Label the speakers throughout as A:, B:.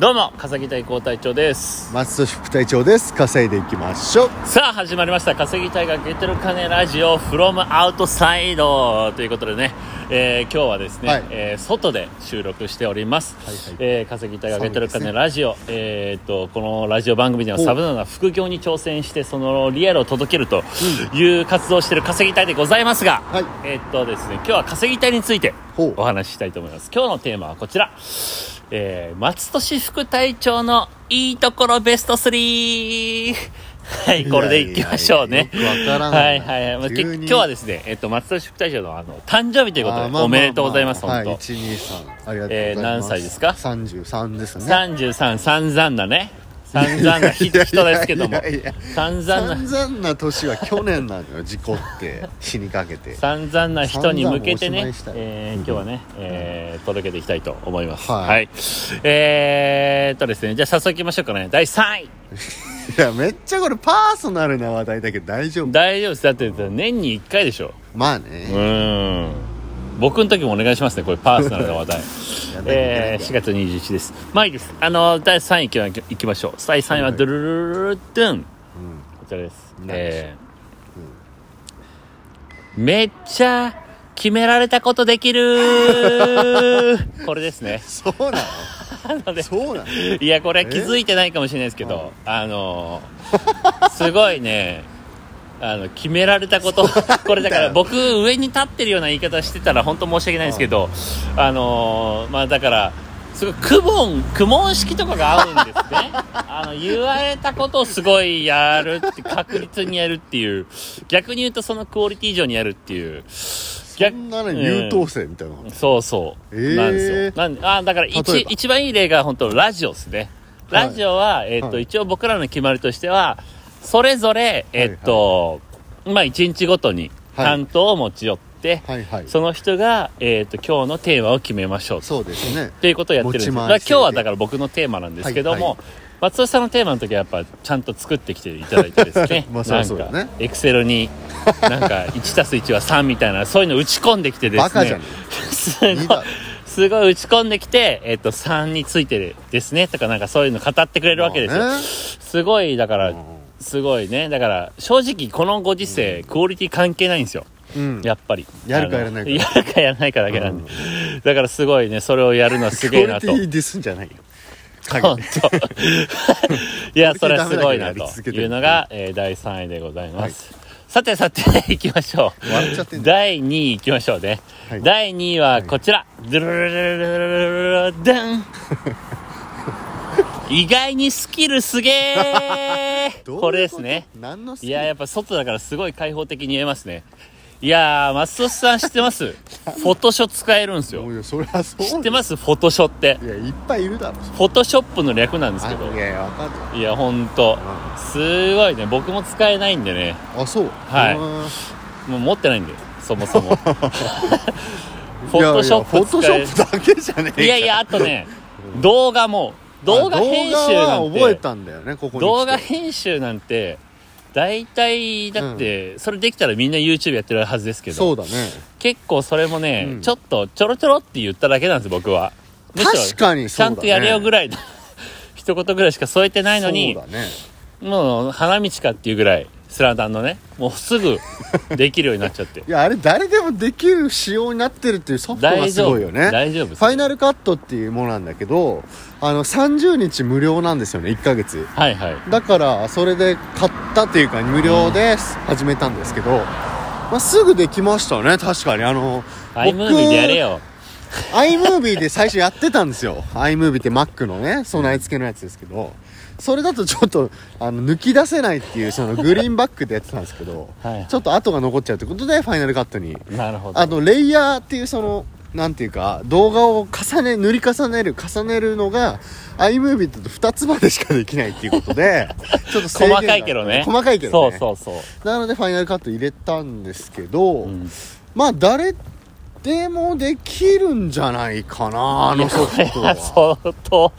A: どうも稼ぎたい高隊長です
B: 松戸副隊長です稼いでいきましょう
A: さあ始まりました稼ぎたいがゲッてる金ラジオ from outside ということでね、えー今日はですね、
B: はい
A: えー外で収録しております、
B: はいはい
A: えー稼ぎたいがゲッてる
B: 寒いで
A: 金
B: すね
A: ラジオ、えーっとこのラジオ番組では
B: ほう
A: さまざまな副業に挑戦してそのリアルを届けるという活動をしている稼ぎたいでございますが、
B: はい
A: えーっとですね今日は稼ぎたいについて
B: ほう
A: お話ししたいと思います今日のテーマはこちらえー、松戸市副隊長のいいところベスト 3! はい、 これでいきましょうね。
B: いやいやよくわからんな
A: はいはいはい。まあ、け
B: 急
A: 今
B: に
A: 日はですね、えっと、松戸市副隊長のあの、誕生日と
B: と
A: いうことで、おめでとうございます、
B: はい、
A: 本当。
B: 123ありがとうございます、
A: えー何歳ですか
B: 33ですね
A: 33、散々なね、散々な人
B: いやいやいや
A: 人ですけども
B: いやいや、
A: 散々
B: 散
A: な、
B: 々な年は去年なのよ事故って死にかけて
A: 散々な人に向けて
B: 散々もう
A: ね
B: おしまいした、い
A: えー今日はね、えー届けていきたいと思います。は。
B: はいい
A: えーっとですね、じゃあ早速行きましょうかね。第3位
B: いやめっちゃこれパーソナルな話題だけど大丈夫
A: 大丈夫です。だって、年に1回でしょ。
B: まあ
A: う
B: ね、
A: ーん僕の時もお願いしますねこれパーソナルな話題
B: やんなきゃいけないんだ
A: えー、4月21日ですまあいいですあの第3位いきまいきましょう第3位は
B: はい
A: ドゥルルルルドゥンこ
B: うん
A: ちらです
B: 何でしょう
A: えーめっちゃ決められたことできる これですね
B: そうな
A: なの
B: の
A: で
B: そうなの
A: いやこれ気づいてないかもしれないですけどあのーすごいねあの決められたことこれだから僕上に立ってるような言い方してたら本当申し訳ないんですけどあのーまあだからすごいクボンクモン式とかが合うん ですねあの言われたことをすごいやるって確率にやるっていう逆に言うとそのクオリティ以上にやるっていう
B: そ
A: 逆
B: んなね
A: うん
B: 優等生みたいなの、
A: そうそう、
B: えー
A: なんですよなんであだから一
B: 例えば
A: 一番いい例が本当ラジオですねラジオは、えっと
B: はい
A: 一応僕らの決まりとしてはそれぞれえっ、と、まあ1日ごとに
B: はい
A: 担当を持ち寄って、
B: はいはい
A: その人が、えっと今日のテーマを決めましょうと
B: そうですね
A: っていうことをやってるんですよ
B: 持ち
A: だから今
B: 回り制
A: 日
B: で
A: はだから僕のテーマなんですけども、
B: はいは
A: 松尾さんのテーマの時はやっぱちゃんと作ってきていただいてですね
B: まあそりゃそうだね
A: なんかエクセルになんか1たす1は3みたいなそういうの打ち込んできてですね
B: バカじゃね
A: すごい
B: 二だ、
A: すごい打ち込んできて、えっ、と、3についてですね、とかなんかそういうの語ってくれるわけですよ。
B: まあね
A: すごい、だから、すごいね。だから、正直このご時世、クオリティ関係ないんですよ。
B: うん
A: やっぱり。
B: やるかやらないか
A: あのやるかやらないかだけなんで。だからすごいね、それをやるのはす
B: ク
A: げえ
B: オ
A: な
B: リテ
A: と。
B: ィですんじゃないよ
A: 本
B: 影
A: 当 いや
B: クオ
A: そ
B: リティ
A: れはすごいな
B: ダメだけどやり続
A: と
B: けてる
A: いうのが、えー第3位でございます、さてさて いきましょ
B: 笑っちゃって
A: うん
B: じ
A: 第2位いきましょうね、
B: はい
A: 第2位はこちら、ドゥルルルルルルルルルン意外にスキルすげえ
B: どういう
A: これですね
B: と何のスキ
A: い
B: ル
A: ややっぱ外だからすごい開放的に言えますねいやー松尾さん知ってますフォトショ使えるんです
B: も
A: よ
B: うよそりゃそう
A: 知ってますフォトショって
B: いやいっぱいいるだろ
A: フォトショップの略なんですけど
B: あいやいやわかんない
A: やほんと
B: う
A: すごいね僕も使えないんでね
B: いあそう
A: はい
B: い
A: もう持ってないんでそも そもフ
B: い
A: ォ
B: や
A: ト
B: い
A: ショ
B: やフ
A: ッ
B: ォ
A: プ使
B: トシ
A: え
B: ョップだけじゃねえか
A: いやいやあとね動画も動画編集
B: あ
A: なん
B: 動画は覚え
A: て
B: たんだよねここに来て
A: 動画編集なんて大体だって、それできたらみんな YouTube やってるはずですけ
B: そう
A: ど
B: だね
A: 結構それもね、
B: うん
A: ちょっとちょろちょろって言っただけなんです僕はむしろ
B: 確かに
A: ち
B: そう
A: ゃ
B: だね
A: んとやれよぐらいの 一言ぐらいしか添えてないのに
B: そうだね
A: もう花道かっていうぐらいスラダンのねもうすぐできるようになっちゃって
B: いやあれ誰でもできる仕様になってるっていうソフトが
A: 大
B: す
A: 丈
B: ご
A: 夫
B: いよね
A: 大丈夫
B: ファイナルカットっていうものなんだけどあの30日無料なんですよね1ヶ月
A: はいはい
B: だからそれで買ったっていうか無料です始めたんですけど、まあ、すぐできましたね確かにあの
A: iMovie でやれよ
B: iMovie で最初やってたんですよ iMovie って Mac のね備え付けのやつですけどそれだとちょっとあの抜き出せないっていうそのグリーンバックでやってたんですけど
A: はい
B: ちょっと跡が残っちゃうってことでファイナルカットに
A: なるほど
B: あのレイヤーっていうそのなんていうか動画を重ね塗り重ねる重ねるのが iMovie だと2つまでしかできないっていうこ とでちょっと制限
A: 細
B: が
A: かいけどね
B: 細かいけどね
A: そうそうそう
B: なのでファイナルカット入れたんですけど、
A: うん
B: まあ誰でもできるんじゃないかなあのソフトは
A: 相当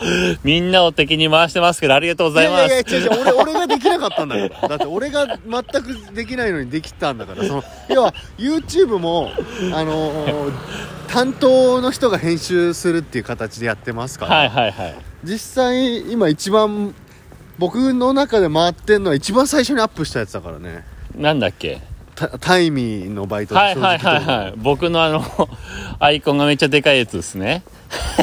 A: みんなを敵に回してますけどありがとうございます
B: いやいやいや違う違う俺俺ができなかったんだから だって俺が全くできないのにできたんだからその要は YouTube もあのー担当の人が編集するっていう形でやってますから、
A: はいはいはい
B: 実際今一番僕の中で回ってんのは一番最初にアップしたやつだからね
A: なんだっけ
B: タタイミーのバイトの
A: はい
B: 正
A: は
B: 直
A: いはいはい僕のあ のアイコンがめっちゃでかいやつですね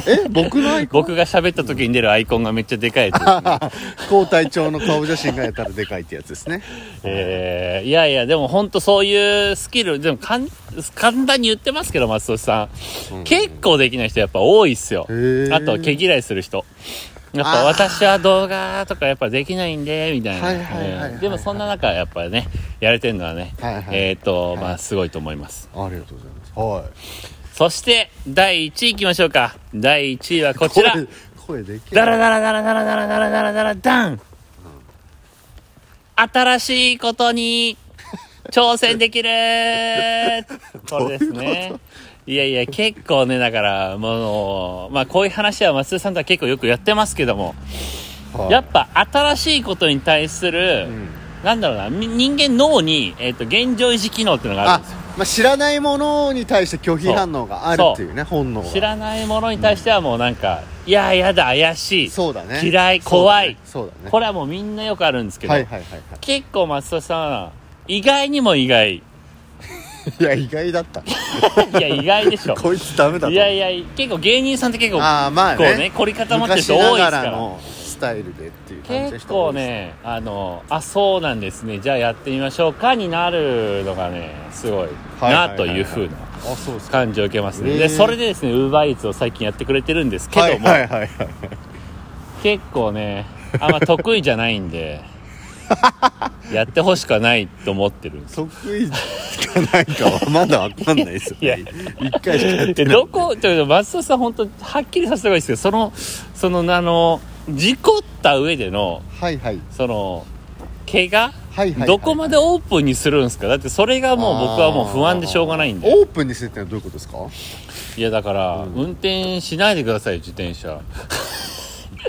B: え僕のアイコン
A: 僕が喋った時に出るアイコンがめっちゃでかいやつ ですね
B: 高隊長の顔写真がやったらでかいってやつですね
A: えーいやいや、でも本当そういうスキル、でもかん簡単に言ってますけど、松尾さん。結構できない人やっぱ多いっすよ
B: へ。ー
A: あと、毛嫌いする人。やっぱ
B: あー
A: 私は動画とかやっぱできないんで、みたいな。
B: はいはいはいはい
A: えーでもそんな中、やっぱね、やれてるのはね、
B: はいはい
A: えっ、と、まあすごいと思います。
B: ありがとうございますはい
A: そして、第1位行きましょうか。第1位はこちら。
B: 声声でけえ
A: ダラダラダラダラダラダラダラダラダン新しいことに挑戦できる これですね。いやいや、結構ね、だから、もう、まあこういう話は松井さんとは結構よくやってますけども、
B: はい
A: やっぱ新しいことに対する、
B: ん
A: なんだろうな、み人間脳に、えっ、と、現状維持機能っていうのがあるん
B: あ
A: ですよ。、
B: まあ、知らないものに対して拒否反応があるっていうね本能が
A: 知らないものに対してはもうなんか、いや、やだ、怪しい。
B: そうだね
A: 嫌い怖い
B: そうだね
A: これはもうみんなよくあるんですけど、
B: はいはいはいは
A: 結構松田さんは意外にも意外い
B: いいや意外だった
A: や意外でしょ
B: こいつダメだと
A: いやいや結構芸人さんって結構
B: あーまあね
A: こうね凝り固まってる
B: 昔
A: 人多
B: ない
A: で
B: が
A: すからら
B: のスタイルでっていう感じの
A: 結
B: 人が多
A: 構
B: いで
A: ねあのあそうなんですねじゃあやってみましょうかになるのがねすごい
B: すはいは
A: な
B: いはい
A: というふうな
B: あそうですか
A: 感じを受けますね、
B: へ
A: で
B: ー
A: それでですねウーバーイーツを最近やってくれてるんですけども、
B: はいはいはいはい
A: 結構ねあんま得意じゃないん でやってほしくはないと思ってるんです
B: 得意かないかはまだわかんないですよ
A: いや
B: ね一回しかやって
A: で
B: ない
A: どこちょっと松尾さん本当はっきりさせた方がいいですけどそのそのあの事故った上での
B: はいはい
A: その怪我、
B: はいはい
A: どこまでオープンにするんですかだってそれがもう
B: あー
A: 僕はもう不安でしょうがないんで
B: オープンにするってのはどういうことですか
A: いやだから、運転しないでください自転車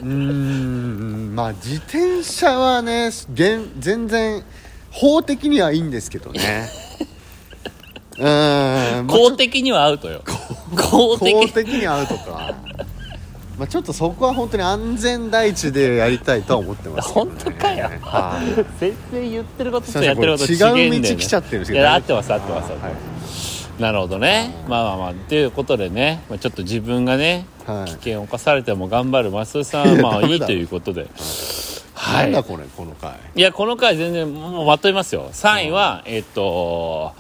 B: うーんまあ自転車はねげん全然法的にはいいんですけど ねうーんまあちょ
A: 公的にはアウトよ公的
B: 公的にアウトかまあちょっとそこは本当に安全第一でやりたいとは思ってますけど、ね、
A: 本当かよ
B: はい
A: 全然言ってること
B: すい
A: と
B: ませ
A: や
B: ん
A: ってること
B: これ
A: 違うんだ
B: 違
A: よ、
B: う
A: ね、
B: 道来ちゃってるんです
A: い
B: けど
A: や合ってます合ってます合ってます
B: はい
A: なるほどねまあまあまあということでね、まあ、ちょっと自分がね
B: はい
A: 危険を犯されても頑張る松尾さんはまあ
B: ダ
A: い
B: メだ
A: いということでは
B: なんだ
A: い
B: これこの回
A: いやこの回全然もうまとめますよ3位はえっと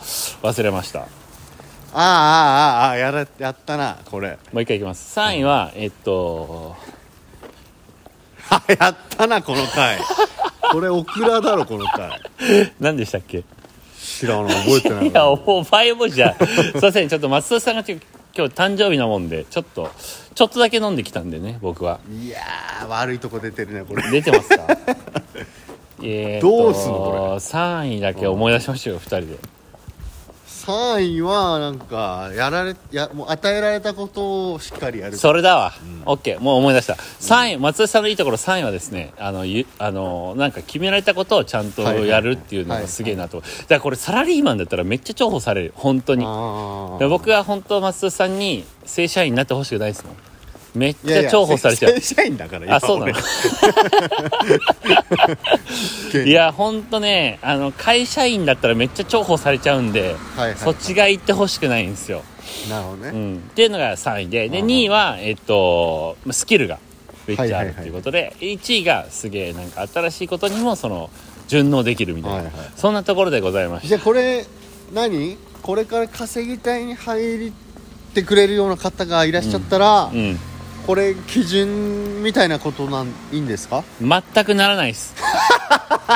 A: 忘れました
B: ああああああやらやったなこれ
A: もう一回いきます3位はえっと
B: あやったなこの回これオクラだろこの回
A: 何でしたっけ
B: 知らない覚えてない
A: いやお前もじゃ すいませんちょっと松尾さんがちょ今日誕生日なもんでちょっとちょっとだけ飲んできたんでね僕はい
B: やー悪いとこ出てるねこれ
A: 出てますか えーと
B: どうすんのこれ
A: 3位だけ思い出しましょうよ2人で
B: 3位はなんかやられやもう与えられたことをしっかりやる
A: それだわ、オッケーもう思い出した3位松井さんのいいところ3位はですねあのゆあのなんか決められたことをちゃんとやるっていうの
B: はい
A: が
B: はい
A: すげえなと、だからこれサラリーマンだったらめっちゃ重宝される本当に
B: あ
A: だか
B: ー
A: ら僕は本当松井さんに正社員になってほしくないですもんめっ
B: い
A: ちゃ重宝されちゃう
B: 正社員だから
A: あそうなの いや本当ねあの会社員だったらめっちゃ重宝されちゃうんで、
B: はいはい
A: そっちが行ってほしくないんですよ、
B: 俺なるほど
A: う
B: ね、
A: ん、っていうのが3位でで2位は、えっと、スキルがめっちゃあるっていうことで、1位がすげえなんか新しいことにもその順応できるみたいな、
B: はいはい
A: そんなところでございまし
B: じゃあこれ何これから稼ぎたいに入ってくれるような方がいらっしゃったら、
A: た、うん、
B: これ基準みたいなことなんいいんですか
A: 全くならないです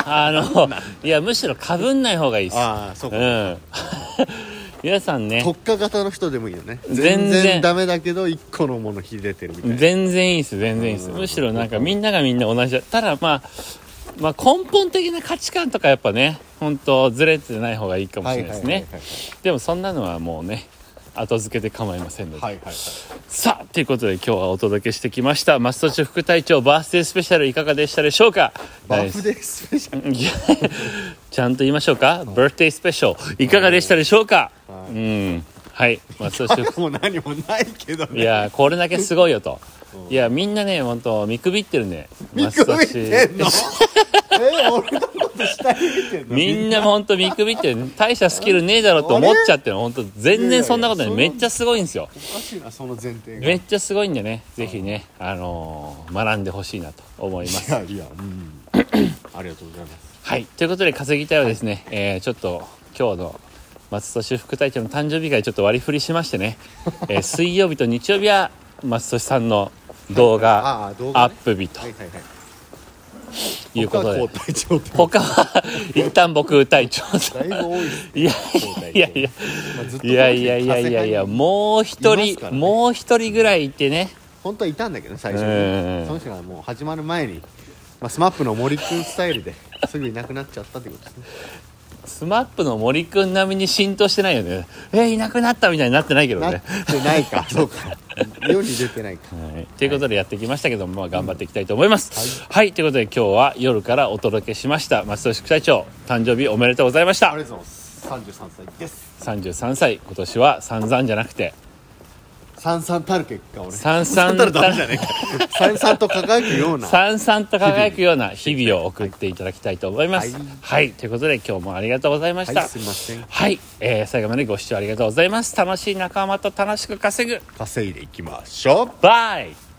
A: あのいやむしろかぶんない方がいいです
B: ああそう
A: う
B: か
A: ん 皆さんね
B: 特化型の人でもいいよね
A: 全然
B: 全然ダメだけど一個のもの秀でてるみたいな
A: 全然いいです全然いいですむしろなんかみんながみんな同じだただまあまあ根本的な価値観とかやっぱね本当ずれてない方がいいかもしれないですねでもそんなのはもうね後付けで構いませんので、
B: はいはいはいはいはいはい
A: さあということで今日はお届けしてきましたマストチ副隊長バースデースペシャルいかがでしたでしょうか
B: バフでスペシャル
A: いや ちゃんと言いましょうかバースデースペシャルいかがでしたでしょうか、うんはいマスト
B: もう何もないけど
A: い
B: ね
A: やーこれだけすごいよといやみんなね本当見くびってるね
B: 見くびってんの
A: マス
B: え俺のこと下に見てん
A: タ
B: の
A: みんな本当見くびってる大したスキルねえだろと思っちゃってる本当全然そんなことない
B: いやい
A: め
B: や
A: っちゃすごいんですよ
B: おかしいなその前提が
A: めっちゃすごいんでねぜひねあのー学んでほしいなと思います
B: いやいや、うん、ありがとうございます
A: はいということで稼ぎたいはですね、えーちょっと今日の松戸市副隊長の誕生日会ちょっと割り振りしましてね、え ー水曜日と日曜日は松戸さんの動画
B: ああ動
A: アッ
B: 画ね
A: プ日と
B: はいはいはい
A: いうことで
B: 僕は交代状態
A: 他は一旦僕隊長
B: だいぶ多いです
A: いやいやいや
B: まあずっと
A: いやいやいやいやいやもう一
B: いま
A: 人
B: すからね
A: もう一人ぐらいいてね
B: 本当はいたんだけどね最初
A: うん
B: にその人がもう始まる前に、まあ、スマップの森君スタイルですぐいなくなっちゃったってことですね
A: スマップの森くん並みに浸透してないよねえーいなくなったみたいになってないけど
B: なっ
A: ね
B: てないかそうか世に出てないか
A: はい、ということでやってきましたけども、まあ、頑張っていきたいと思います、はい、ということで今日は夜からお届けしました松戸市副隊長誕生日おめでとうございまし
B: あ
A: た
B: りがとうございます33歳です
A: 33歳今年は散々じゃなくて
B: 三々たる結果をね
A: 散々
B: たるダメじゃねえか三々と輝くような
A: さんさんと輝くような日々を送っていただきたいと思います。は
B: はいい、
A: ということで今日もありがとうございました。
B: は
A: はい
B: すいません
A: い、えー最後までご視聴ありがとうございます。楽しい仲間と楽しく稼ぐ。
B: 稼いでいきましょう
A: バイ